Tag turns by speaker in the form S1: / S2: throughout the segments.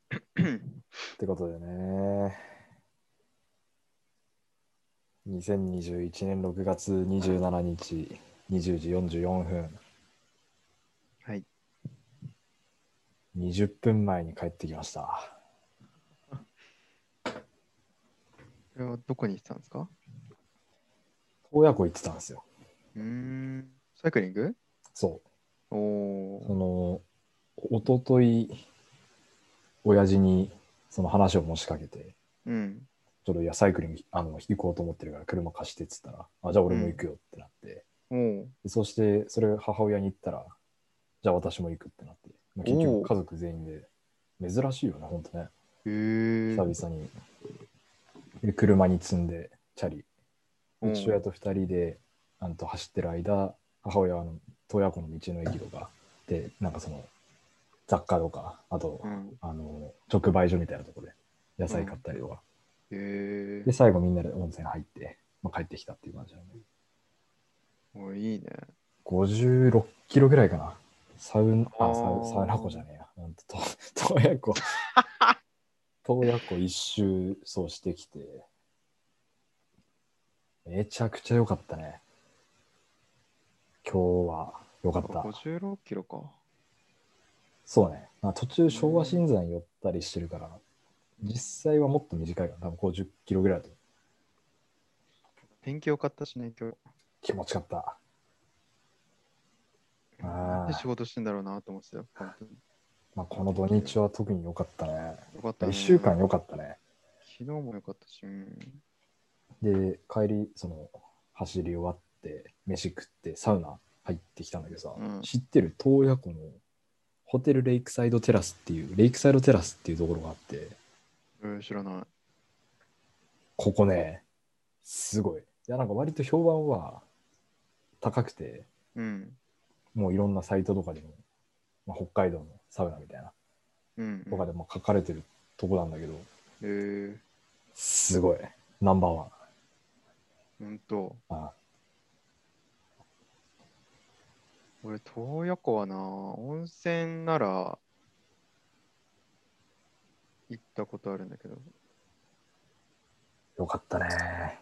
S1: ってことでね。2021年6月27日20時44分。
S2: はい。
S1: 20分前に帰ってきました。
S2: それはどこに行ってたんですか
S1: 親子行ってたんですよ。
S2: うーん。サイクリング
S1: そ
S2: お
S1: う。その、
S2: お
S1: おととい、親父にその話を持ちかけて、
S2: ー。うん。
S1: ちょっといや、サイクリングあの行こうと思ってるから車貸してっつったら、あ、じゃあ俺も行くよってなって、
S2: おお。
S1: でそしてそれ母親に言ったら、じゃあ私も行くってなって、まあ、結
S2: おう
S1: 局家族全員で、珍しいよね、ほんとね、
S2: へえ。
S1: 久々に。で車に積んで、チャリ。
S2: うん
S1: 父親と2人であのと走ってる間、母親はあの洞爺湖の道の駅とかで、なんかその雑貨とか、あと、
S2: うん。
S1: あの直売所みたいなところで野菜買ったりとか、
S2: へ
S1: で
S2: え。
S1: 最後みんなで温泉入って、まあ、帰ってきたっていう感じなので、
S2: おいいね。
S1: 56キロぐらいかな。サウン
S2: あ
S1: あ
S2: ー
S1: サウサウナ湖じゃねえや。なんと と洞爺 湖。洞爺湖一周そうしてきて、めちゃくちゃ良かったね。今日は良かった。
S2: 56キロか。
S1: そうね。あ途中昭和新山寄ったりしてるから、実際はもっと短いから、多分50キロぐらいだと思う
S2: 天気良かったしね、今日。
S1: 気持ちよかった。あー
S2: なんで仕事してんだろうなと思ってたよ。本当に
S1: まあ、この土日は特に良かったね。
S2: よかった、
S1: 1
S2: ね。
S1: 週間良かったね。
S2: 昨日も良かったし。うん。
S1: で、帰り、その、走り終わって、飯食って、サウナ入ってきたんだけどさ、
S2: うん
S1: 知ってる洞爺湖のホテルレイクサイドテラスっていう、レイクサイドテラスっていうところがあって、
S2: えー知らない。
S1: ここね、すごい。いや、なんか割と評判は高くて、
S2: うん。
S1: もういろんなサイトとかでも、まあ、北海道のサウナみたいな、
S2: うん。
S1: とかでも書かれてるとこなんだけど、
S2: えー、
S1: すごい。ナンバーワン。
S2: ほんと。
S1: あ
S2: 俺、洞爺湖はな、温泉なら行ったことあるんだけど、
S1: よかったね。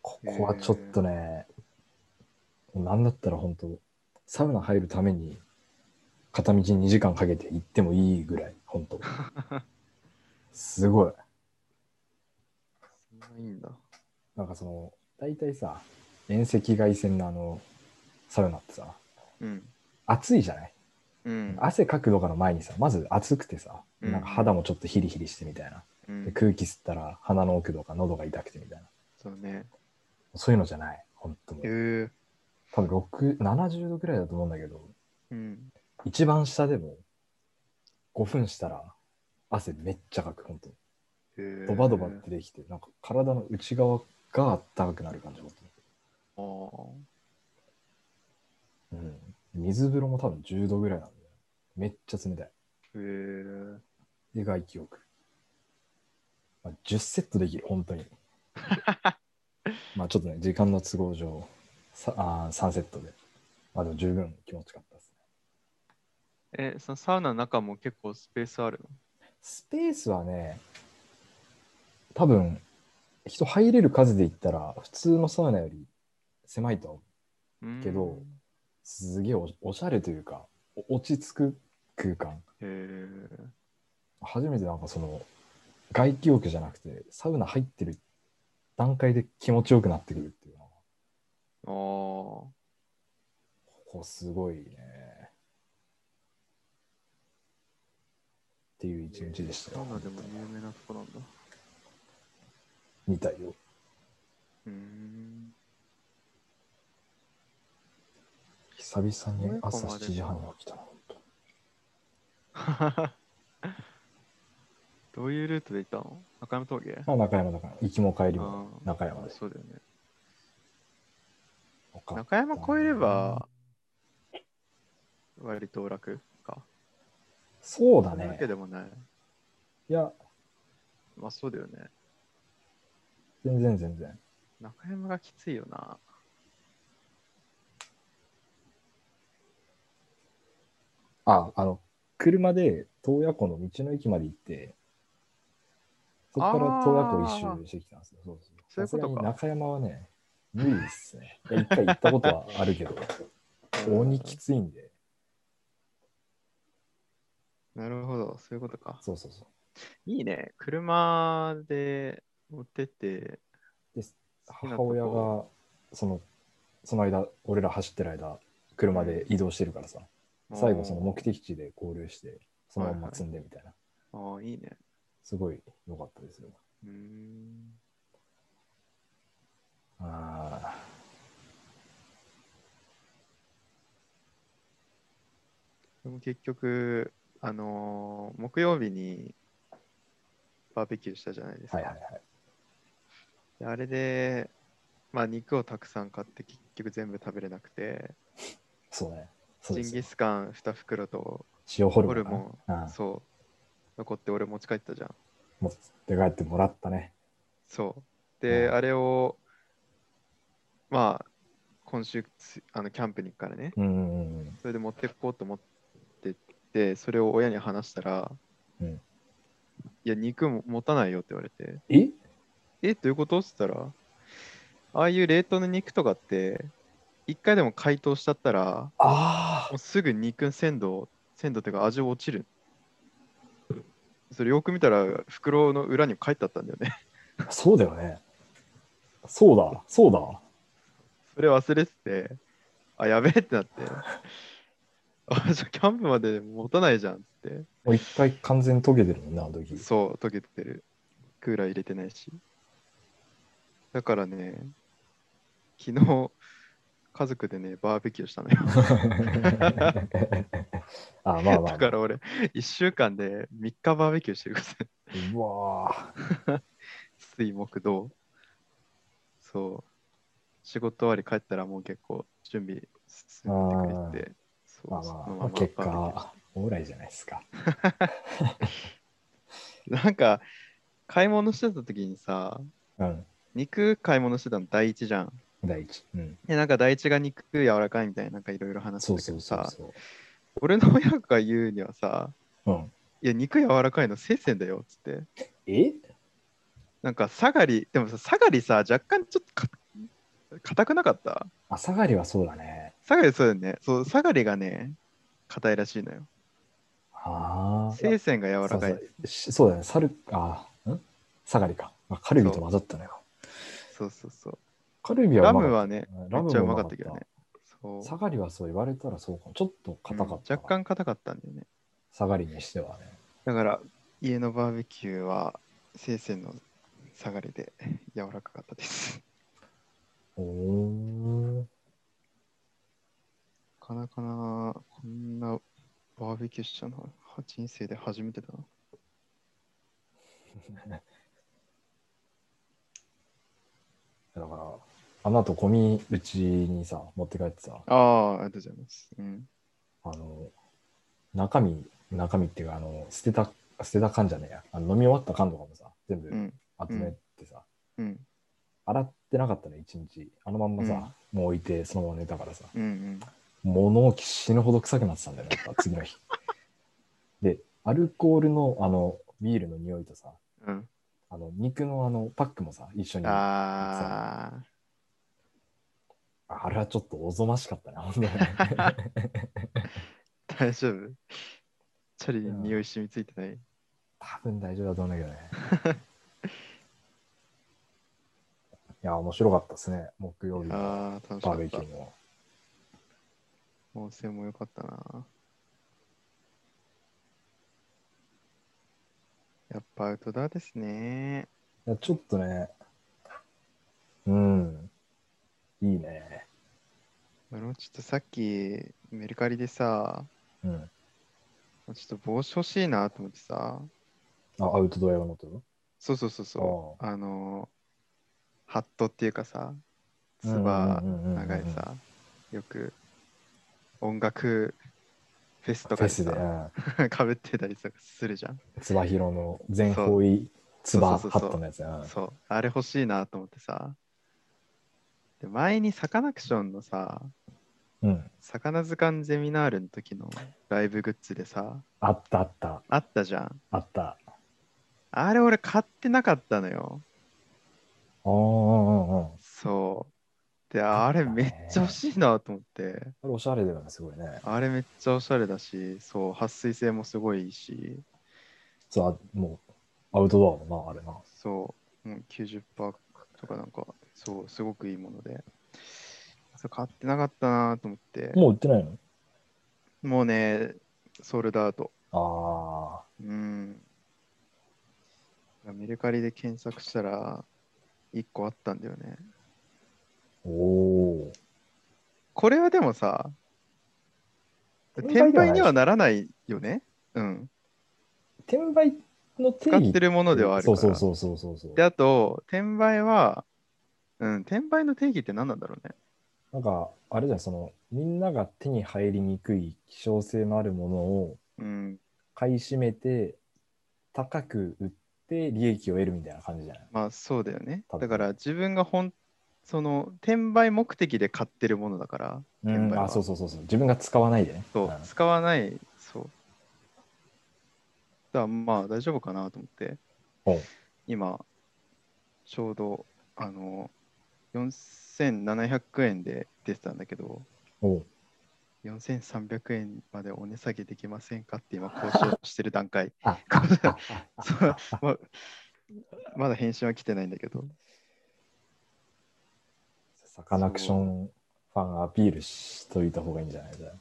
S1: ここはちょっとね、なんだったら本当、サウナ入るために、片道2時間かけて行ってもいいぐらい、本当。すごい。
S2: そんないいんだ。
S1: なんかその、大体さ、遠赤外線のあの、サウナってさ、
S2: うん。
S1: 暑いじゃない
S2: うん。
S1: 汗かくとかの前にさ、まず暑くてさ、なんか肌もちょっとヒリヒリしてみたいな。
S2: うん
S1: で空気吸ったら鼻の奥とか喉が痛くてみたいな。
S2: そうね。
S1: そういうのじゃない、本当に
S2: え。ー、
S1: 多分6 70度ぐらいだと思うんだけど、
S2: うん。
S1: 一番下でも5分したら汗めっちゃかく、本当
S2: えー、
S1: ドバドバってできて、なんか体の内側が高くなる感じ、本
S2: あ
S1: 当
S2: ー
S1: にうん。水風呂も多分10度ぐらいなんで、めっちゃ冷たい。
S2: えー、
S1: で、外気浴。まあ、10セットできる、本当に。まあちょっとね、時間の都合上、さあー3セットで。まあでも十分気持ちよかったですね。
S2: え、そのサウナの中も結構スペースあるの
S1: スペースはね、多分、人入れる数で言ったら、普通のサウナより狭いとは思う。
S2: うん
S1: けど、すげえおおしゃれというか、お落ち着く空間。
S2: えー、
S1: 初めてなんかその、外気浴じゃなくて、サウナ入ってる段階で気持ちよくなってくるっていうのは、
S2: あー
S1: ここすごいね。っていう一日でした
S2: サ
S1: よ
S2: ウ。ナでも有名なとこなんだ。
S1: みたいよ。
S2: うん。
S1: 久々に朝7時半に起きたな。
S2: どういうルートで行ったの中山峠
S1: あ中山だから、行きも帰りも
S2: あー
S1: 中山です。
S2: そうだよね。
S1: よかった
S2: 中山越えれば、割と楽か。
S1: そうだ
S2: そんなわ
S1: ね
S2: け。でもない。
S1: いや、
S2: まあそうだよね。
S1: 全然全然。
S2: 中山がきついよな。
S1: あ、あの、車で洞爺湖の道の駅まで行って、そこから洞爺湖一周してきたんですよ。そうそう
S2: そういうことか
S1: さすがに中山はね、無理ですね。いや一回行ったことはある けど、鬼きついんで、
S2: なるほど、そういうことか。
S1: そうそうそう。
S2: いいね。車で持ってって、好きなと
S1: 母
S2: こ
S1: 親が、その、その間、俺ら走ってる間、車で移動してるからさ、最後その目的地で合流して、そのまんま積んでみたいな。
S2: ああ、いいね。
S1: すごい良かったですよ。
S2: うーん。
S1: あ
S2: でも結局、あのー木曜日にバーベキューしたじゃないです
S1: あ、
S2: か。
S1: はいはいはい。
S2: であれで、まあ、肉をたくさん買って結局全部食べれなくて、
S1: そうね。そうで
S2: ジン
S1: す
S2: ギ
S1: よ。
S2: スカン2袋と
S1: 塩ホルモ
S2: ホ
S1: ン
S2: ル
S1: か
S2: モン、
S1: な。うん
S2: そう、残って俺持ち帰ったじゃん。
S1: 持って帰ってもらったね。
S2: そう。で、
S1: うん
S2: あれを、まあ、今週つあのキャンプに行くからね、
S1: うんうんうん。
S2: それで持ってこうと思ってって、それを親に話したら、
S1: うん
S2: いや、肉も持たないよって言われて、
S1: え
S2: え、どういうことって言ったら、ああいう冷凍の肉とかって、一回でも解凍しちゃったら、
S1: あ
S2: もうすぐ肉鮮度、鮮度っていうか味落ちる。それよく見たら袋の裏にも書いてあったんだよね。
S1: あ、そうだよね。そうだ、そうだ。
S2: それ忘れてて、あ、やべえってなって。あ、じゃあキャンプまで持たないじゃんっつっ
S1: もう一回完全に溶けてるもんな、あの時
S2: て。。そう、溶けてる。クーラー入れてないし。だからね、昨日、家族でね、バーベキューしたのよ。
S1: あ、まあまあ
S2: だから俺、1週間で3日バーベキューしてるから。
S1: うわ
S2: 水木土そう仕事終わり帰ったらもう結構準備進めてくれてそ
S1: ー
S2: う
S1: まあ
S2: その
S1: ま
S2: ま
S1: あ、
S2: ま
S1: 結
S2: バーベキューし
S1: 果、オーライじゃないですか。
S2: てなんか買い物してた時にさ
S1: うん、
S2: 肉買い物してたの第一じゃん
S1: 第一。うん。
S2: でなんか第一が肉柔らかいみたいななんかいろいろ話し
S1: そ
S2: て
S1: う
S2: たけ
S1: そうそ
S2: ど
S1: う
S2: さ
S1: そう。
S2: 俺の親が言うにはさ
S1: うん、
S2: いや肉柔らかいの生鮮だよっつって
S1: え
S2: なんか下がりでもさ下がりさ若干ちょっとか硬くなかった
S1: 朝狩りはそうだね。
S2: 下がりそうだよねそう下がりがね硬いらしいのよ
S1: ああ。
S2: 生鮮が柔らかい
S1: そう。そうしそうだね、猿、あー、んサガリか。あカルビと混ざったのよ。
S2: そうそうそう。
S1: カルビは
S2: ラ
S1: うま
S2: ム
S1: かっ
S2: はね、
S1: たね
S2: めっちゃうまかったけどね。そ
S1: ラ
S2: う
S1: ムもうまかったサガリはそう言われたらそうかも。ちょっと硬かった
S2: う
S1: な。
S2: ん若干硬かったんだよね。
S1: サガリにしてはね。
S2: だから、家のバーベキューは生鮮の下がりで柔らかかったです。
S1: おお。
S2: なかなかな、こんなバーベキューしたのは人生で初めてだな。
S1: だから、あの後、ゴミうちにさ、持って帰ってさ、
S2: ああ、ありがとうございます。うん。
S1: あの、中身、中身っていうか、あの、捨てた、捨てた缶じゃねえや。あの飲み終わった缶とかもさ、全部
S2: うん。
S1: 集めてさ、
S2: うん。
S1: 洗ってなかったね、一日。あのまんまさ、もう置いて、そのまま寝たからさ、
S2: うん。うん。
S1: 物置死ぬほど臭くなってたんだよね、なんか次 の日。で、アルコールの、あの、ビールの匂いとさ、
S2: うん、
S1: あの、肉のあの、パックもさ、一緒に。
S2: ああ、
S1: あれはちょっとおぞましかったな、 ほんとね
S2: 大丈夫。チャリに匂い染みついてない。
S1: 多分大丈夫だと思うんだけどね。 いや、面白かったですね、木曜日のバ
S2: ああ、楽しか
S1: ーベ
S2: っ
S1: キ
S2: た
S1: ュー。も。
S2: 温泉も良かったな。やっぱアウトドアですね。
S1: いやちょっとね、うん、いいね。
S2: 俺もちょっとさっきメルカリでさ、
S1: うん。
S2: ちょっと帽子欲しいなと思ってさ、
S1: あ、アウトドア用のってこ
S2: そうそうそうそう、あの、ハットっていうかさ、
S1: と
S2: つば
S1: うんうんうんうん
S2: 長いさ、よく音楽フェスと
S1: フェ
S2: か
S1: スで、
S2: さ、かぶってたりとかするじゃん。
S1: つばひろの全方位つば
S2: そうそ
S1: ハ
S2: うそうそう
S1: ットのやつやな。
S2: そう、あれ欲しいなと思ってさ。で前にサカナクションのさ、
S1: うん。
S2: サカナ図鑑ゼミナールの時のライブグッズでさ、
S1: あったあった、
S2: あったじゃん。
S1: あった。
S2: あれ俺買ってなかったのよ。
S1: ああ、うんうんうん。あ
S2: そう。で、あれめっちゃ欲しいなと思って。
S1: れおしゃれだよね、すごいね。
S2: あれめっちゃおしゃれだし、そう、撥水性もすごいいいし、
S1: そう、あもう、アウトドアもな、あれな。
S2: そう、もう90%とかなんか、そう、すごくいいもので。そう買ってなかったなと思って、
S1: もう売ってない
S2: もうね、ソールドアウト。
S1: のあ
S2: うん。メルカリで検索したら、1個あったんだよね。
S1: あ、おお。
S2: これはでもさ、
S1: 転
S2: 転
S1: 売ではない
S2: 売にはならないよね。うん。
S1: 転売の定
S2: 使
S1: 義
S2: ってるものではあるから。
S1: そうそうそうそうそう
S2: で、。あと、転売は、うん、転売の定義って何なんだろうね。
S1: なんか、あれじゃん、その、みんなが手に入りにくい希少性のあるものを
S2: うん、
S1: 買い占めて、高く売って利益を得るみたいな感じじゃない
S2: まあそうだよね
S1: 多。分
S2: だから自分が本その転売目的で買ってるものだから、
S1: う
S2: 転売
S1: ん、
S2: は
S1: あ、そうそうそうそう。自分が使わないでね。
S2: そう、
S1: ん
S2: 使わない、そう。だからまあ大丈夫かなと思って
S1: おう、
S2: 今、ちょうど、あの、4700円で出てたんだけど、
S1: おう
S2: 4300円までお値下げできませんかって今交渉してる段階
S1: あ
S2: そうま まだ返信は来てないんだけど
S1: サカナクションファンアピールしといた方がいいんじゃないじゃあ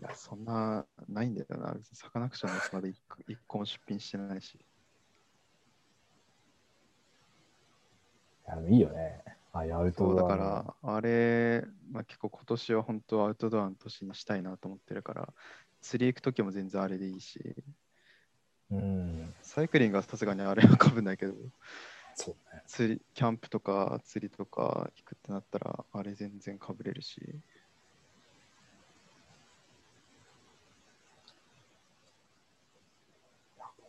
S2: いやそんなないんだよな別にサカナクションのやつまで一個一個も出品してないし
S1: いやでもいいよね。ああいうアウト
S2: そう
S1: ド
S2: だ
S1: アの
S2: からあれ、まあ、結構今年は本当アウトドアの年にしたいなと思ってるから釣り行く時も全然あれでいいし
S1: うん。
S2: サイクリングはさすがにあれはかぶんないけど
S1: そうね。
S2: 釣りキャンプとか釣りとか行くってなったらあれ全然かぶれるし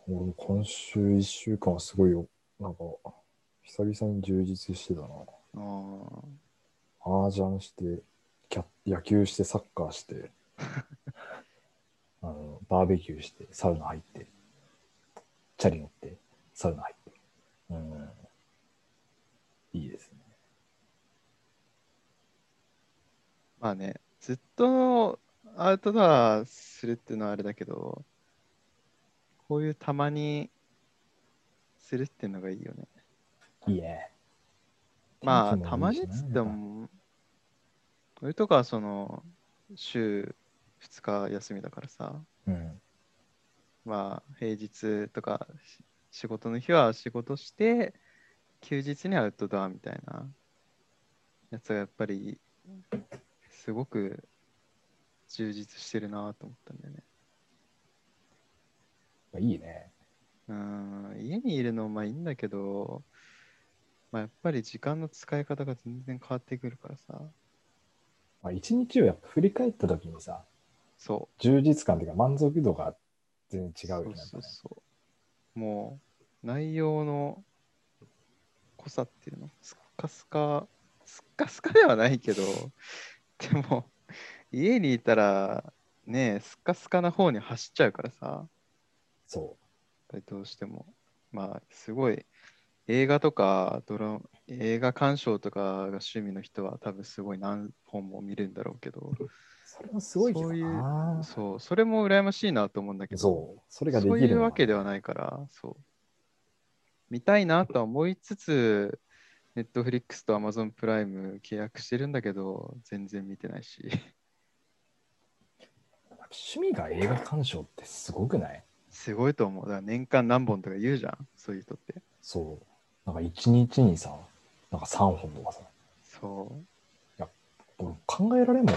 S1: 俺も今週1週間はすごいよ。なんか、久々に充実してたな。
S2: あー
S1: 麻雀して、キャ野球して、サッカーして、 あのバーベキューして、サウナ入って、チャリ乗って、サウナ入って。うん。いいですね。
S2: まあねずっとアウトドアするっていうのはあれだけどこういうたまにするっていうのがいいよね
S1: いいね。
S2: まあ
S1: 天気
S2: たま
S1: いいし
S2: にっ
S1: な
S2: つって。も俺とかはその週2日休みだからさ
S1: うん。
S2: まあ平日とかし仕事の日は仕事して休日にアウトドアみたいなやつがやっぱりすごく充実してるなと思ったんだよね。
S1: いいね。
S2: うん家にいるのもまあいいんだけど、まあ、やっぱり時間の使い方が全然変わってくるからさ
S1: まあ、一日をやっぱ振り返った時にさ、
S2: そ
S1: 充実感というか満足度が全
S2: う
S1: 然違うよね。
S2: そうそうそうもう内容の濃さっていうのすっかすかすっかすかではないけど でも家にいたらねすっかすかな方に走っちゃうからさやっ
S1: そ
S2: ぱりどうしてもまあすごい映画とかドラ映画鑑賞とかが趣味の人は多分すごい何本も見るんだろうけど
S1: う。それもすごいけどな。そ
S2: そうそれも羨ましいなと思うんだけ
S1: う
S2: ど
S1: それができ
S2: そう
S1: る
S2: いうわけで
S1: は。
S2: はないから、そう。見たいなとは思いつつ、ネットフリックスとアマゾンプライム契約してるんだけど、全然見てないし。
S1: 趣味が映画鑑賞ってすごくない
S2: すごいと思う。だから年間何本とか言うじゃん、そういう人って。
S1: そう。なんか一日にさ、なんか3本とかさ、
S2: そ
S1: 俺考えられんもんな。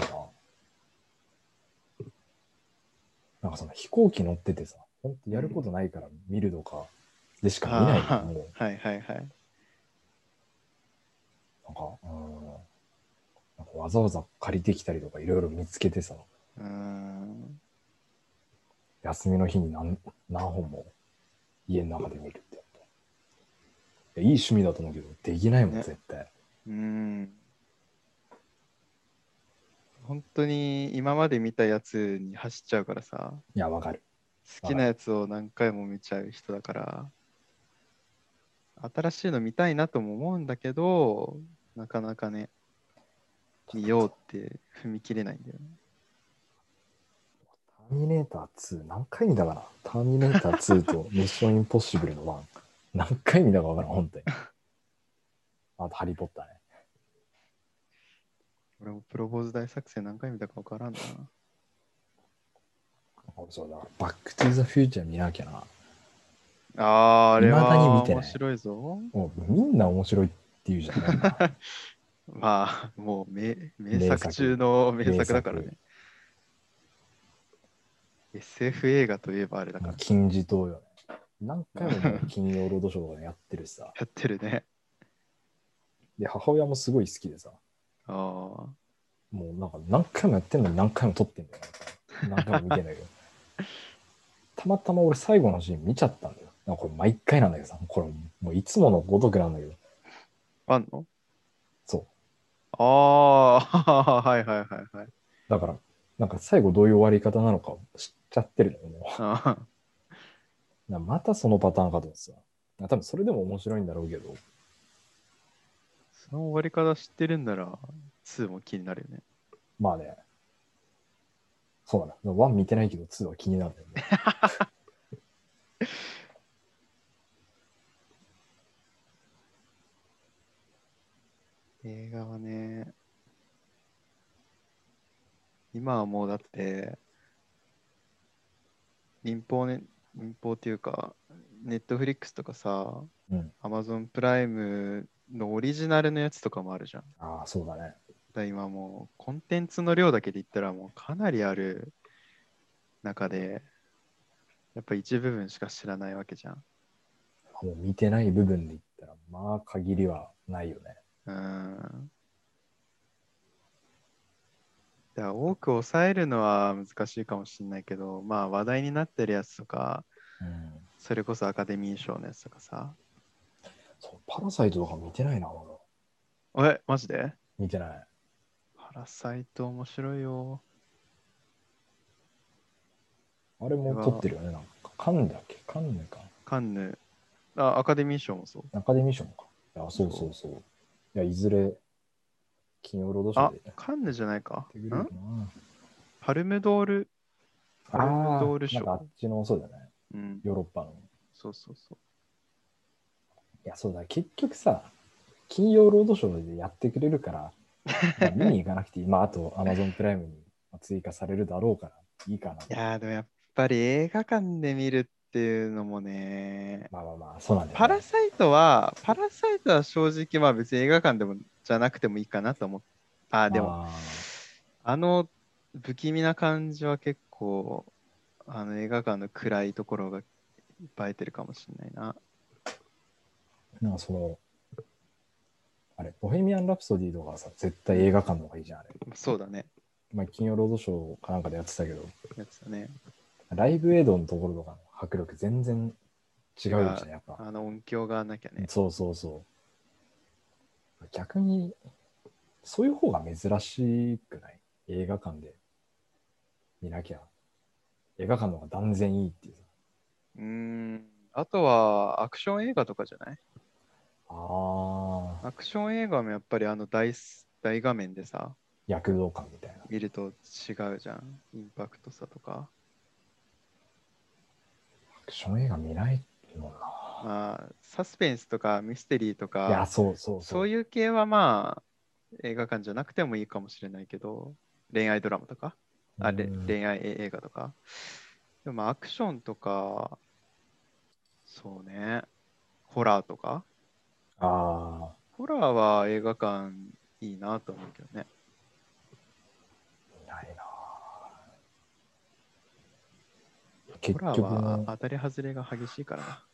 S1: なんかその飛行機乗っててさ、ほんとやることないから見るとかでし
S2: う。
S1: か見ないよ
S2: あー
S1: もう。
S2: はいはいはい。
S1: なんか、うん。なんかわざわざ借りてきたりとかいろいろ見つけてさ、
S2: うーん。
S1: 休みの日に何何本も家の中で見るってやっぱいやいい趣味だと思うけど、できないもん、
S2: ね
S1: 絶対。
S2: うーん。本当に今まで見たやつに走っちゃうからさ。
S1: いや、わかる。
S2: 好きなやつを何回も見ちゃう人だから、新しいの見たいなとも思うんだけど、なかなかね、見ようって踏み切れないんだよね。
S1: ターミネーター2何回見たかなターミネーター2とミッションインポッシブルの1何回見たかわからん本当にあとハリー・ポッターね
S2: 俺もプロポーズ大作戦何回見たか分からんな。
S1: あそうだバック・トゥ・ザ・フューチャー見なきゃな
S2: あー、あれ
S1: 未だに
S2: は
S1: 見てない
S2: 面白いぞ。
S1: もうみんな面白いって言うじゃないか
S2: まあ、もう名名
S1: 名
S2: 作
S1: 作
S2: 中の名
S1: 名
S2: 作
S1: 作
S2: だからね。SF 映画といえばあれだか
S1: もう
S2: ら。
S1: 金字塔よね何回ももう金曜ロードショーとかでやってるしさ
S2: やってるね。
S1: で母親もすごい好きでさ
S2: ああ。
S1: もうなんか何回もやってんのに何回も撮ってんだよ。なんか何回も見てんだけど。 たまたま俺最後のシーン見ちゃったんだよ。なんかこれ毎回なんだけどさ、これもういつものごとくなんだけど。
S2: あんの
S1: そう。
S2: ああ、 はいはいはいはい。
S1: だから、なんか最後どういう終わり方なのか知っちゃってるのよ。も
S2: あ
S1: うなまたそのパターンかと思ってさ。多分それでも面白いんだろうけど、
S2: その終わり方知ってるんなら、2も気になるよね。
S1: まあね。そうだな。1見てないけど2は気になるんだよね。
S2: 映画はね、今はもうだって、民放ね、民放っていうか、ネットフリックスとかさ、
S1: うん
S2: アマゾンプライムのオリジナルのやつとかもあるじゃん。
S1: ああ、そうだね。
S2: だから今もうコンテンツの量だけで言ったらもうかなりある中でやっぱ一部分しか知らないわけじゃん。
S1: もう見てない部分で言ったら、まあ限りはないよね。
S2: うん。だから多く抑えるのは難しいかもしれないけどまあ話題になってるやつとか
S1: うん。
S2: それこそアカデミー賞のやつとかさ。
S1: そう、パラサイトとか見てないな、まだ
S2: えマジで
S1: 見てない。
S2: パラサイト面白いよ。
S1: あれも撮ってるよね、なんか。カンヌだっけカンヌか。
S2: カンヌあアカデミー賞もそう。
S1: アカデミー賞か。いや、そうそうそう。いや、いずれ、金曜ロードショ
S2: あ
S1: ーでやっ
S2: カンヌじゃないか。
S1: てくれる
S2: ん
S1: かな。
S2: パルムドール。パルム
S1: あ
S2: ドール
S1: ー、な
S2: 賞
S1: んかあっちの、そうだよね。
S2: うん、
S1: ヨーロッパの。
S2: そうそうそう。
S1: いや、そうだ、結局さ、金曜ロードショーでやってくれるから、まあ見に行かなくていい。 まあ、あと、アマゾンプライムに追加されるだろうから、いいかな。
S2: いやーでもやっぱり映画館で見るっていうのもね。
S1: まあまあまあ、そうなんだよ、ね。
S2: パラサイトは、パラサイトは正直まあ別に映画館でもじゃなくてもいいかなと思って。ああ、でも、
S1: あ
S2: あの不気味な感じは結構、あの映画館の暗いところが映えてるかもしれないな。
S1: ーなんかその、あれ、ボヘミアン・ラプソディとかさ、絶対映画館の方がいいじゃん、あれ。
S2: そうだね。
S1: まあ、金曜ロードショーかなんかでやってたけど、
S2: やつだね。
S1: ライブエイドのところとかの迫力全然違うよね、やっぱ。
S2: あの音響がなきゃね。
S1: そうそうそう。逆に、そういう方が珍しくない映画館で見なきゃ。映画館の方が断然いいっていうさ。
S2: うーん。あとは、アクション映画とかじゃない
S1: ああ、
S2: アクション映画もやっぱりあの大す大画面でさ、
S1: 躍動感みたいな。
S2: 見ると違うじゃん。インパクトさとか。
S1: アクション映画見ないもんな。
S2: まあ、サスペンスとかミステリーと
S1: いや、
S2: か、
S1: そうそうそう。
S2: そういう系はまあ、映画館じゃなくてもいいかもしれないけど、恋愛ドラマとか、あれ
S1: うん
S2: 恋愛映画とか。でもアクションとか、そうね、ホラーとか。
S1: ああ、
S2: ホラーは映画館いいなと思うけどね。
S1: 見ないな。結
S2: ホラ
S1: 局
S2: ーは
S1: ね、
S2: 当たり外れが激しいからな。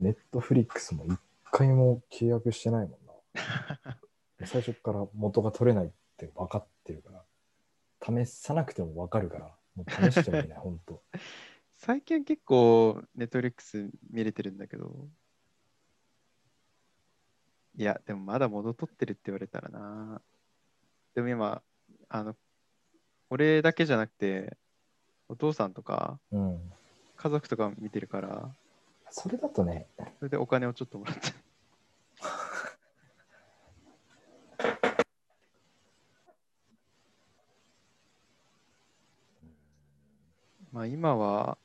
S1: ネットフリックスも一回も契約してないもんな。 最初から元が取れないって分かってるから、試さなくても分かるから、もう試してもい ない、本当。
S2: 最近結構、ネットフリックス見れてるんだけど。いや、でもまだ戻っとってるって言われたらな。でも今、あの、俺だけじゃなくて、お父さんとか、
S1: うん。
S2: 家族とか見てるから、
S1: それだとね、
S2: それでお金をちょっともらって。まあ今は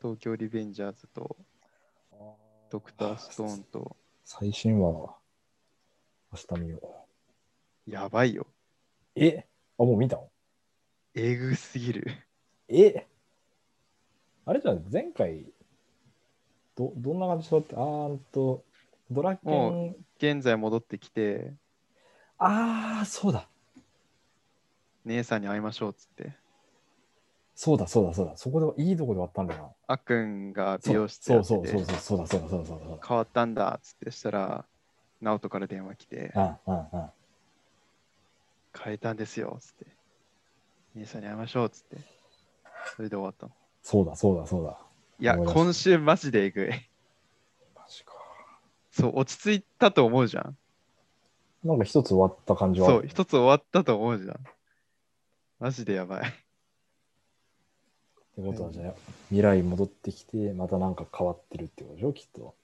S2: 東京リベンジャーズとドクターストーンと
S1: 最新話は明日見よう。
S2: やばいよ。
S1: えあ、もう見たの
S2: えぐすぎる。
S1: えあれじゃん、前回、ど、どんな感じだったあーんと、ドラケ
S2: も
S1: ン、
S2: 現在戻ってきて
S1: あー、そうだ、
S2: 姉さんに会いましょうっつって。
S1: そうだ、そうだ、そうだ、そこでいいとこで終わったんだな。
S2: あっくんが
S1: そう
S2: 美容室
S1: そ
S2: や
S1: う
S2: って
S1: そうそう
S2: て
S1: そう、そうだ、そうだ、そうだ、そうだ、そう
S2: 変わったんだっつってしたら直人から電話来て
S1: だ。うん、うん、うん。
S2: 変えたんですよっつって姉さんに会いましょうっつってそれで終わったの
S1: そうだ、そうだ、そうだ。
S2: いや
S1: 思い出した
S2: 今週マジでえぐい
S1: マジか。
S2: そう落ち着いたと思うじゃん
S1: なんか一つ終わった感じはある
S2: そう一つ終わったと思うじゃんマジでやばい
S1: ってことはじゃあ、未来戻ってきて、またなんか変わってるってことでしょ、きっと。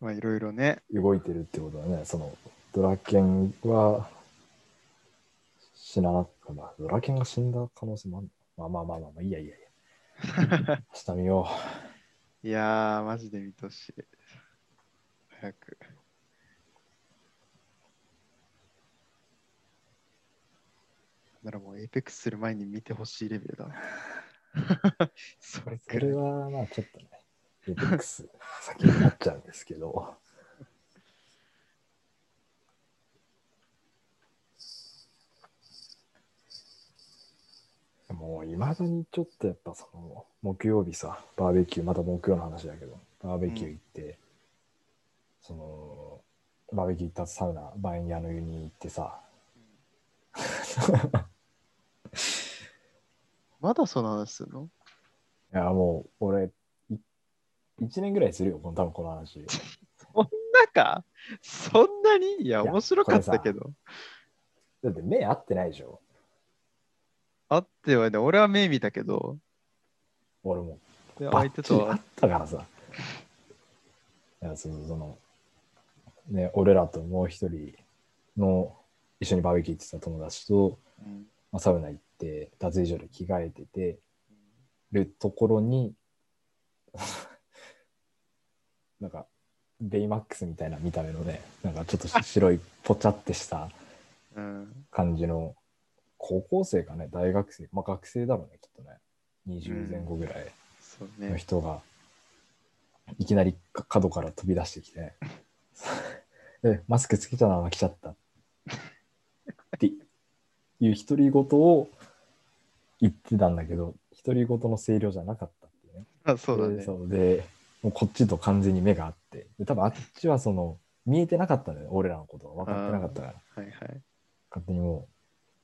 S2: まあいろいろね
S1: 動いてるってことだね。その、ドラケンは死ななかったな。ドラケンが死んだ可能性もある。まあまあまあまあまあ、いいやいいやいや。明日見よ
S2: いやーマジで見としい早くならもうエイペックスする前に見てほしいレベルだな そうれ。
S1: そ
S2: くら
S1: れ
S2: い
S1: はまあちょっとね、エイペックス先になっちゃうんですけど。もういまだにちょっとやっぱその木曜日さバーベキューまた木曜の話だけどバーベキュー行って、そのバーベキュー行った後サウナバイン屋の湯に行ってさ
S2: まだその話するの
S1: いやもう俺い1年ぐらいするよこの多分この話
S2: なんか、そんなにいや、
S1: いや
S2: 面白かったけど。
S1: だって目合ってないでしょ
S2: あってはね、俺は目見たけど、
S1: 俺も
S2: いや
S1: バ
S2: 相
S1: ッ
S2: 手
S1: チリ
S2: と
S1: あ
S2: は
S1: っ。たからさ。いや、その、その、ね、俺らともう一人の一緒にバーベキュー行ってた友達と、
S2: うん
S1: まあ、サウナ行って、脱衣所で着替えててるところに、 なんか、ベイマックスみたいな見た目のね、なんかちょっと白いポチャってした
S2: うん。
S1: 感じの、高校生かね、大学生、まあ学生だろうね、きっとね。20前後ぐらい。
S2: そう
S1: の
S2: ね。
S1: 人がいきなりか角から飛び出してきて 「えマスクつけたまま来ちゃった」っていう独り言を言ってたんだけど独り言の声量じゃなかったっていうね。
S2: あそうだね
S1: で。そうでもうこっちと完全に目があってで多分あっちはその見えてなかったのよ俺らのことは分かってなかったから
S2: はいはい。
S1: 勝手にもう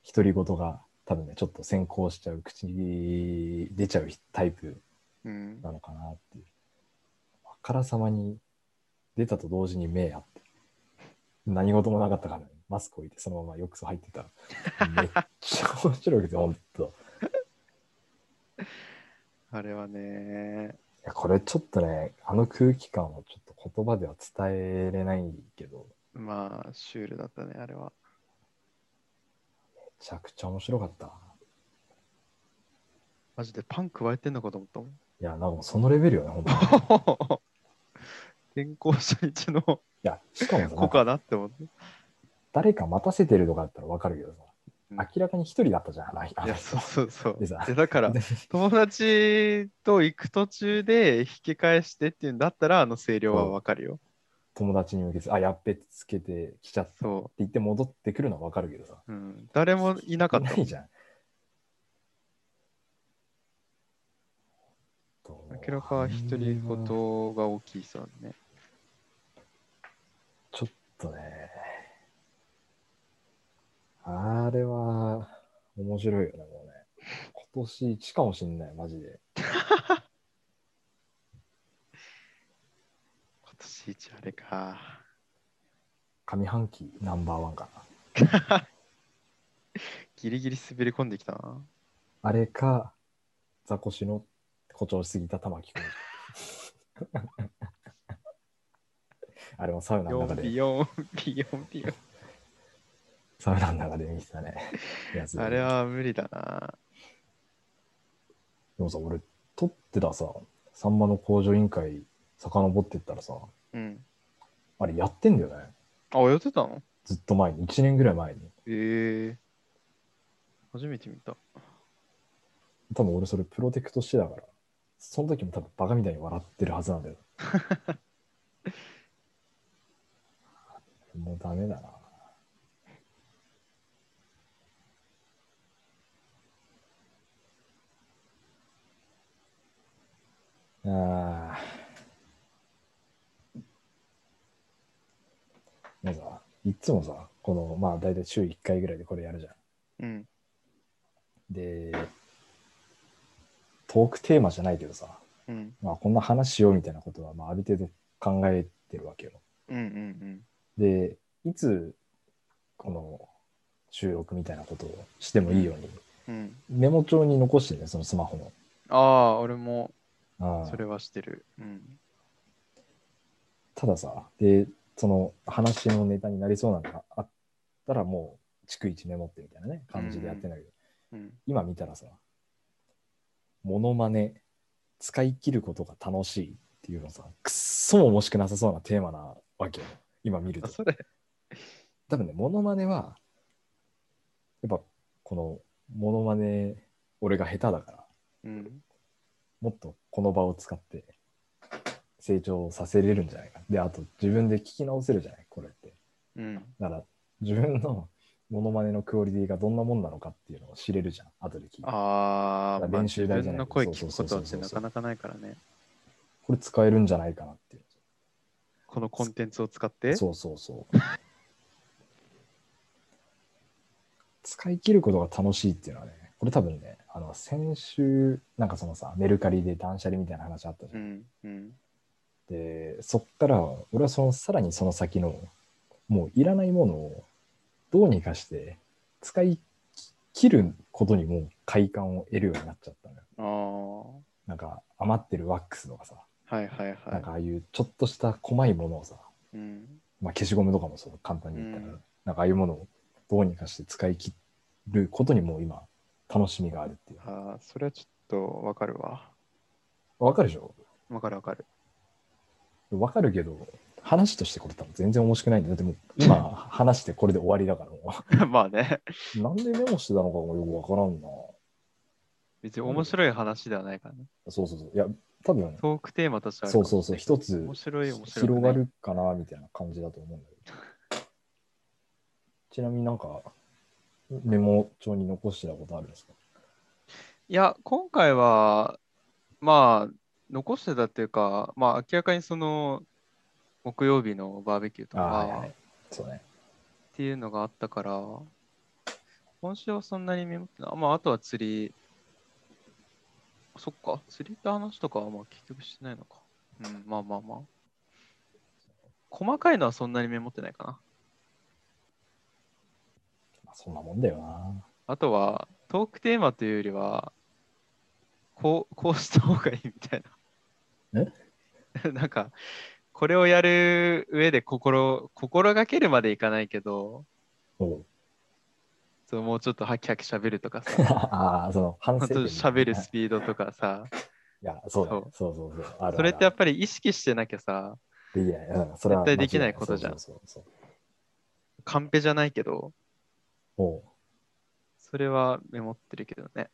S1: 独り言が多分ねちょっと先行しちゃう口に出ちゃうタイプ
S2: うん。
S1: なのかなっていう。あからさまに出たと同時に目あって。何事もなかったから、ね、マスク置いてそのままよくそ入ってた。めっちゃ面白いですよ、ほんと。
S2: あれはね、
S1: いやこれちょっとね、あの空気感はちょっと言葉では伝えれないけど、
S2: まあ、シュールだったね、あれは。
S1: めちゃくちゃ面白かったな。
S2: マジでパン加えてんのかと思ったも ん。
S1: いや、なんかもうそのレベルよね、ほんとに。い
S2: 健康初日の
S1: や、しかもさな
S2: 子
S1: んか
S2: かなって思って。
S1: 誰か待たせてるとかだったらわかるけどさ
S2: うん、
S1: 明らかに一人だったじゃん、あのあ
S2: い
S1: の
S2: や、
S1: 人
S2: そうそうそう。
S1: でさ
S2: で、だから、友達と行く途中で引き返してっていうんだったら、あの声量はわかるよ。
S1: 友達に向けて、あ、やっべってつけてきちゃったって
S2: そ
S1: 言って戻ってくるのはわかるけどさ。
S2: う。うん、誰もいなかった
S1: な
S2: も
S1: い
S2: ん。
S1: じゃん。
S2: 明らか一人言
S1: ちょ
S2: が大きいさね。
S1: っとね。あれは面白いよね、もうね。今年一かもしんない、マジで。
S2: 今年一あれか。
S1: 上半期ナンバーワンかな。
S2: ギリギリ滑り込んできたな。
S1: あれか、ザコシの誇張しすぎた玉木君。 あれもサウナの中で、
S2: 4ピ ヨン、ピヨン、ピヨ
S1: サウナの中で見てた ね。やつ
S2: ン。あれは無理だな。
S1: でもさ、俺、撮ってたさ、サンマの工場委員会、遡ってったらさ、
S2: うん。
S1: あれやってんだよね。
S2: あ、やってたの
S1: ずっと前に、1年ぐらい前に。
S2: ええ初めて見た。
S1: 多分俺それプロテクトしてたから、その時も多分バカみたいに笑ってるはずなんだよ。 もうダメだな。ああ。なんかいっつもさ、この、まあ大体週1回ぐらいでこれやるじゃん。
S2: うん。
S1: で、トークテーマじゃないけどさ、
S2: うん。
S1: まあ、こんな話しようみたいなことは、まあ、ある程度考えてるわけよ。
S2: うんうん
S1: で、いつこの収録みたいなことをしてもいいように、
S2: うん。うん。
S1: メモ帳に残してね、そのスマホの。
S2: ああ、俺も
S1: ああ
S2: それはしてる。うん。
S1: たださ、で、その話のネタになりそうなのがあったら、もう、逐一メモってみたいなね、感じでやってんだけど、
S2: うん。
S1: 今見たらさ、モノマネ、使い切ることが楽しいっていうのさ、くっそも面白くなさそうなテーマなわけよ。今見る
S2: あ、
S1: と。
S2: それ。
S1: 多分ね、モノマネは、やっぱこのモノマネ、俺が下手だから、
S2: うん。
S1: もっとこの場を使って成長させれるんじゃないか。で、あと自分で聞き直せるじゃない、これって。
S2: うん。
S1: だから、自分のモノマネのクオリティがどんなもんなのかっていうのを知れるじゃん、後で聞いて。
S2: ああ、まあ、
S1: 練習
S2: 自
S1: 台じゃ
S2: 分
S1: ない
S2: の
S1: けど
S2: 声聞くことって
S1: そうそうそうそう
S2: なかなかないからね。
S1: これ使えるんじゃないかなっていう。
S2: このコンテンツを使って。
S1: そうそうそう。 使い切ることが楽しいっていうのはね、これ多分ね、あの先週、なんかそのさ、メルカリで断捨離みたいな話あったじゃ。
S2: うんん。うん。
S1: で、そっから、俺はそのさらにその先の、もういらないものをどうにかして使い切ることにも快感を得るようになっちゃったのよ。
S2: ああ。
S1: なんか余ってるワックスとかさ、
S2: はいはいは
S1: なん
S2: い
S1: か。ああいうちょっとした細いものをさ、
S2: うん。
S1: まあ、消しゴムとかもそう簡単に言ったら、
S2: うん
S1: なんかああいうものをどうにかして使い切ることにもう今楽しみがあるっていう
S2: ああ、それはちょっとわかるわ。
S1: わかるでしょ
S2: わかるわかる。
S1: わかるけど話としてこれ多分全然面白くないんだよだってもう今 話してこれで終わりだからも
S2: まあね、
S1: うなんでメモしてたのかもよくわからんな
S2: 別に面白い話ではないからね。
S1: そうそうそういや多分
S2: トークテーマとしてはあるか
S1: そ
S2: も
S1: うそうそう一つ
S2: 面白い面白い、
S1: 広が。るかなみたいな感じだと思うんだけどちなみになんかメモ帳に残してたことあるんですか
S2: いや、今回は、まあ、残してたっていうか、まあ、明らかにその、木曜日のバーベキューと
S1: ああーはい
S2: か
S1: は
S2: っ
S1: いそうね
S2: ていうのがあったから、今週はそんなにメモってない。まあ、あとは釣り。そっか、釣りって話とかはまあ結局してないのか。うん、まあまあまあ。細かいのはそんなにメモってないかな。
S1: まあ、そんなもんだよな
S2: あとは、トークテーマというよりは、こう、こうした方がいいみたいな。え なんか、これをやる上で心、心がけるまでいかないけど、
S1: おう
S2: そうもうちょっとハキハキ喋るとかさ、
S1: ああ、その反
S2: ほ
S1: 省点。
S2: んと喋る
S1: はい
S2: スピードとかさ、
S1: いや、そうだねそうそうそう。あるある
S2: それってやっぱり意識してなきゃさ、
S1: できない。うん、それは
S2: 絶対できないことじゃん
S1: そうそうそう
S2: カンペじゃないけど、
S1: そうおう
S2: それはメモってるけどね。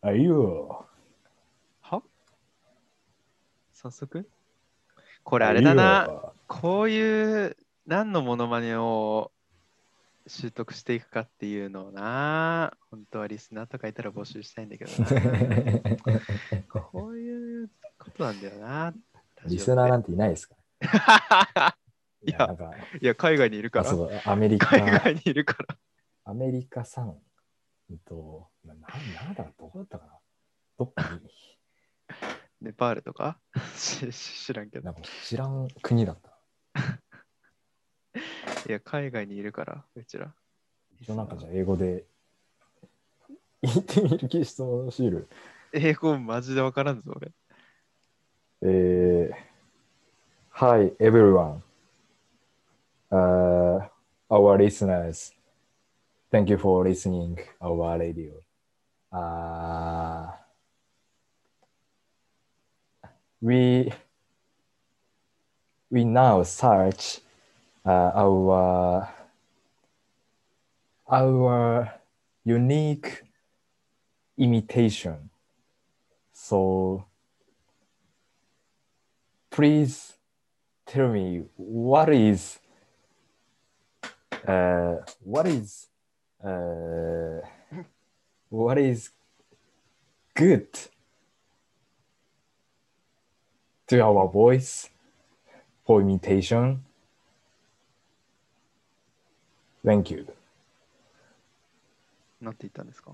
S1: あ、いいよ。
S2: は早速これあれだな。こういう何のモノマネを習得していくかっていうのをな、本当はリスナーとかいたら募集したいんだけど
S1: いい
S2: な、
S1: よ。
S2: こういうことなんだよな。
S1: リスナーなんていないですか
S2: いや
S1: なんか、
S2: いや、海外にいるか
S1: あ
S2: ら
S1: そ。うアメリカ、
S2: 海外にいるから。
S1: アメリカさん、うんと、な、ななんだ、どこだったかな。どっかに、
S2: ネパールとかしし知らんけど
S1: な。んか知らん国だった。
S2: いや、海外にいるから、うちら。
S1: 一応なんかじゃあ英語で行ってみる気 質問シール。
S2: 英語マジでわからんぞ、俺。
S1: えー、Hi, everyone.、our Uh, listeners, thank you for listening our radio.、we, we now search、our, uh, our unique imitation. So please tell me what is uh, what is uh, what is good to our voice for imitation. Thank you.
S2: なんて言ったんですか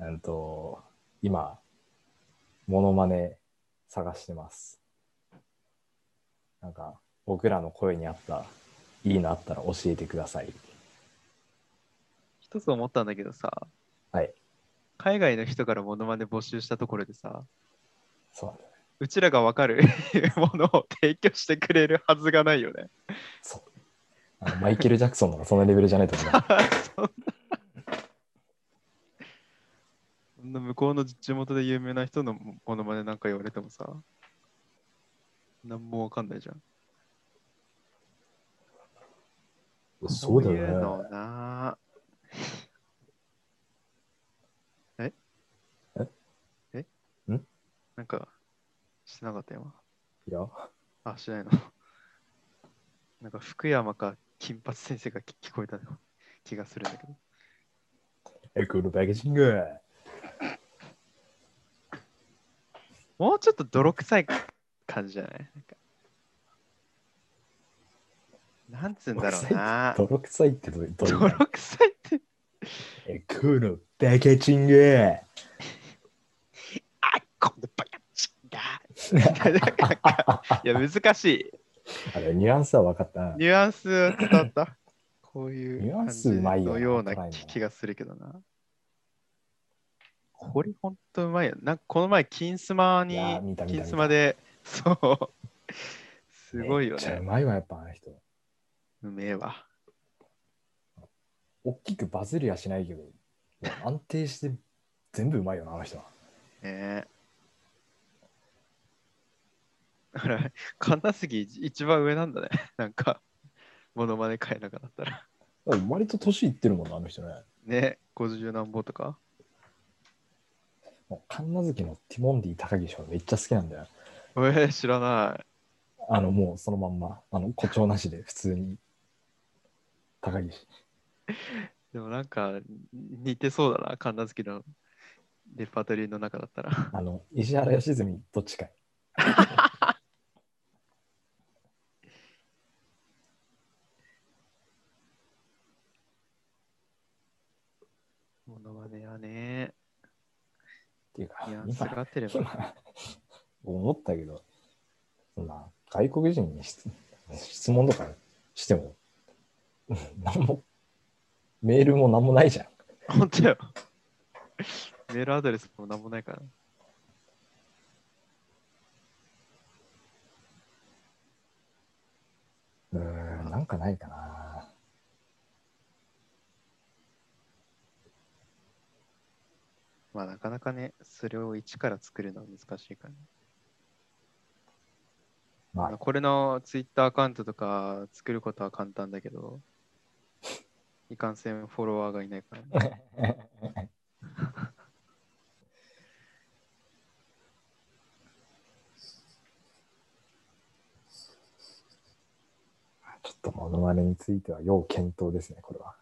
S1: えっと、今、モノマネ探してます。なんか、僕らの声に合った、いいのあったら教えてください。
S2: 一つ思ったんだけどさ、
S1: はい。
S2: 海外の人からモノマネ募集したところでさ、
S1: そうなんだよね。
S2: うちらがわかる ものを提供してくれるはずがないよね。
S1: そう。あのマイケル・ジャクソンのそんなレベルじゃないと思う。
S2: そんなそんな向こうの地元で有名な人のモノマネなんか言われてもさ、なんもわかんないじゃん。 こいのな。え
S1: え
S2: え
S1: ん
S2: なんか、してなかった今。
S1: いや、
S2: あ、しないの。 なんか福山か金髪先生が聞聞こえたの気がするんだけど。
S1: エクールパッケージング。
S2: もうちょっと泥臭い感じじゃないなんかなんつうんだろうな。
S1: 泥臭いってどうどういう意
S2: 泥
S1: 味
S2: 臭いって。
S1: エクールパッケージング。
S2: あこのバカチンだ。なんかいや、難しい。
S1: あれ、ニュアンスは分かった。
S2: ニュアンスは伝わった。こういう
S1: ニュア
S2: 感
S1: ンス
S2: じ
S1: うまいよ
S2: の
S1: な
S2: ような
S1: 辛いな
S2: 気がするけどな。これ本当うまいよ。なんかこの前、金スマに
S1: いやー見た、見た
S2: 金スマで、そう、すごいよ
S1: めっちゃう
S2: ね。
S1: まいわ、やっぱあの人。
S2: うめえわ。
S1: 大きくバズりはしないけど、安定して全部うまいよな、あの人は。
S2: ねえ。だから、神田杉一番上なんだね。なんか、モノマネ変えなかったら。
S1: でも割と年いってるもんな、あの人ね。
S2: ね50何本とか。
S1: もう神奈月のティモンディ高岸はめっちゃ好きなんだよ。
S2: えー、知らない。
S1: あの、もうそのまんま、あの、誇張なしで普通に。高岸。
S2: でもなんか似てそうだな、神奈月のレパートリーの中だったら。
S1: あの、石原良純と近い。
S2: モノマネはね、
S1: っていうか
S2: ニュア、ンスが合
S1: 今、
S2: ってれば。
S1: 今思ったけど、そんな外国人に質質問とかしても、なんも、メールもなんもないじゃん。
S2: 本当よ。メールアドレスもなんもないから。
S1: うーん、なんかないかな。
S2: まあなかなかね、それを一から作るのは難しいからね。
S1: ま
S2: あのこれのツイッターアカウントとか作ることは簡単だ けど、いかんせんフォロワーがいないからね、
S1: あ、ちょっとモノマネについては要検討ですね、これは。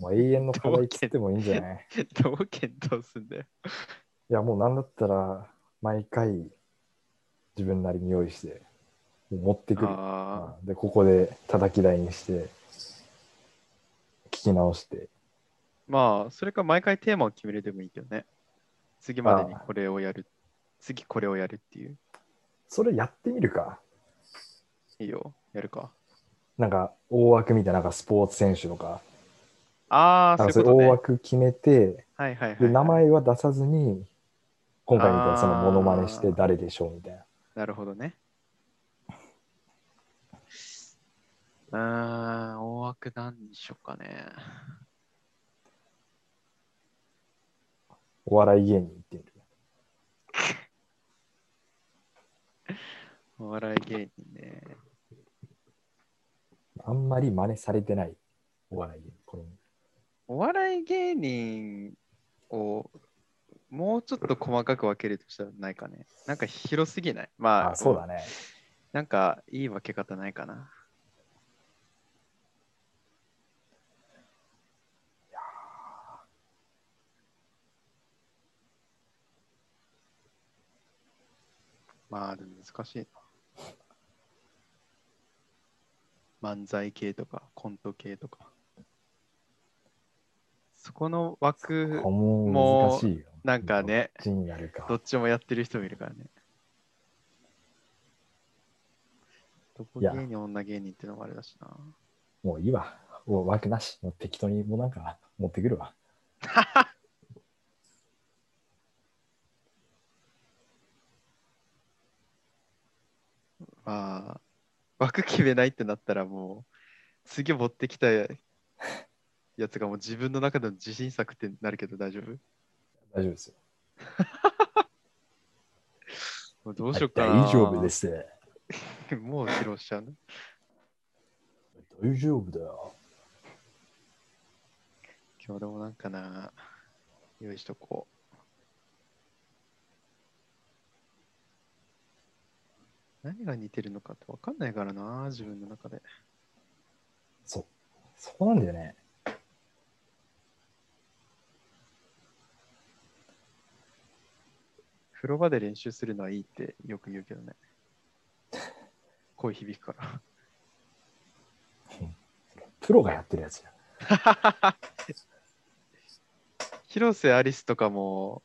S1: もう永遠の課題切ってもいいんじゃ ない
S2: どう検討すんだよ。
S1: いや、もうなんだったら、毎回自分なりに用意して、もう持ってくる。
S2: ああ、
S1: で、ここで叩き台にして、聞き直して、
S2: まあ、それか毎回テーマを決めれてもいいけどね。次までにこれをやる。次これをやるっていう。
S1: それやってみるか。
S2: いいよ、やるか。
S1: なんか大枠みたいな、なんかスポーツ選手とか、
S2: あ
S1: なんか
S2: あ、そ
S1: そうれ
S2: いうこ
S1: 大
S2: とね。
S1: 枠決めて、
S2: はいはいはい。
S1: で名前は出さずに、今回みたい
S2: あー
S1: なそのモノマネして誰でしょうみたいな。
S2: なるほどね。 うーん、大枠何にしようかね。
S1: お笑い芸人っていう。
S2: お笑い芸人ね。
S1: あんまり真似されてないお笑い芸人。これ
S2: お笑い芸人をもうちょっと細かく分けるとしたらないかね。なんか広すぎないまあ、
S1: あ、そうだね。
S2: なんかいい分け方ないかな。まあ、でも難しいな。漫才系とか、コント系とか。そこの枠、
S1: ここも難しいよ。
S2: なんかね
S1: どっちになるか
S2: ど。っちもやってる人もいるからね。男
S1: いや
S2: 芸人、女芸人ってのもあれだしな。
S1: もういいわ。もう枠なし。もう適当にもうなんか持ってくるわ。
S2: まあ、枠決めないってなったらもう、次持ってきたやつがもう自分の中での自信作ってなるけど大丈夫
S1: 大丈夫ですよ。
S2: もうどうしようかな。
S1: 大丈夫で。す。
S2: もう披露しちゃうの
S1: 大丈夫だよ。
S2: 今日でもなんかな、用意しとこう。何が似てるのかって分かんないからな、自分の中で。
S1: そう。そこなんだよね。
S2: 風呂場で練習するのはいいってよく言うけどね。声響くから。
S1: プロがやってるやつじゃん。
S2: 広瀬アリスとかも、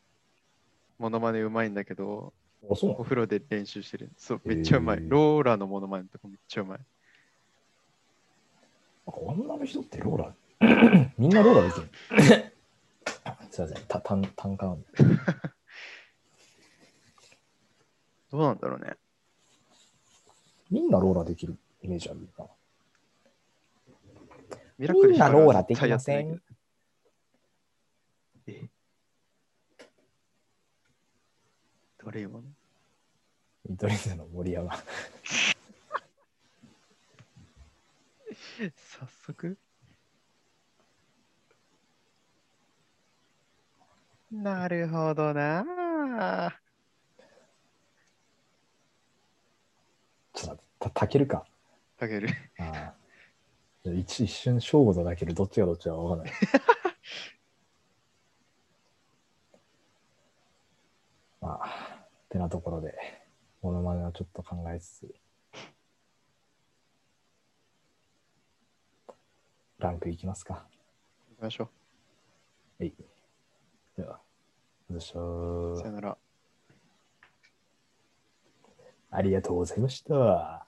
S2: モノマネうまいんだけど、
S1: あ、そうな
S2: お
S1: の
S2: 風呂で練習してる。そう、めっちゃうまい。
S1: へー
S2: ローラのモノマネとかめっちゃうまい。
S1: 女の人ってロー ラ、みんなローラできる。 すいません、たたん単価なんで
S2: どうなんだろうね。
S1: みんなローラできるイメージあるかな。
S2: ミラクル
S1: みんな
S2: ヒカル
S1: ロー
S2: は
S1: ラできません
S2: 絶対やってないけど。え誰よ。
S1: 見取り図の森山。
S2: 早速なるほどな。
S1: ちょっと待って、たたけるか。
S2: かける。
S1: あー一一瞬、正吾とだけるどっちがどっちだか分かんない。まあ、てなところで、モノマネはちょっと考えつつ、ランクいきますか。
S2: 行きましょ
S1: はい。では、ご視
S2: う。
S1: 聴
S2: さよなら。
S1: ありがとうございました。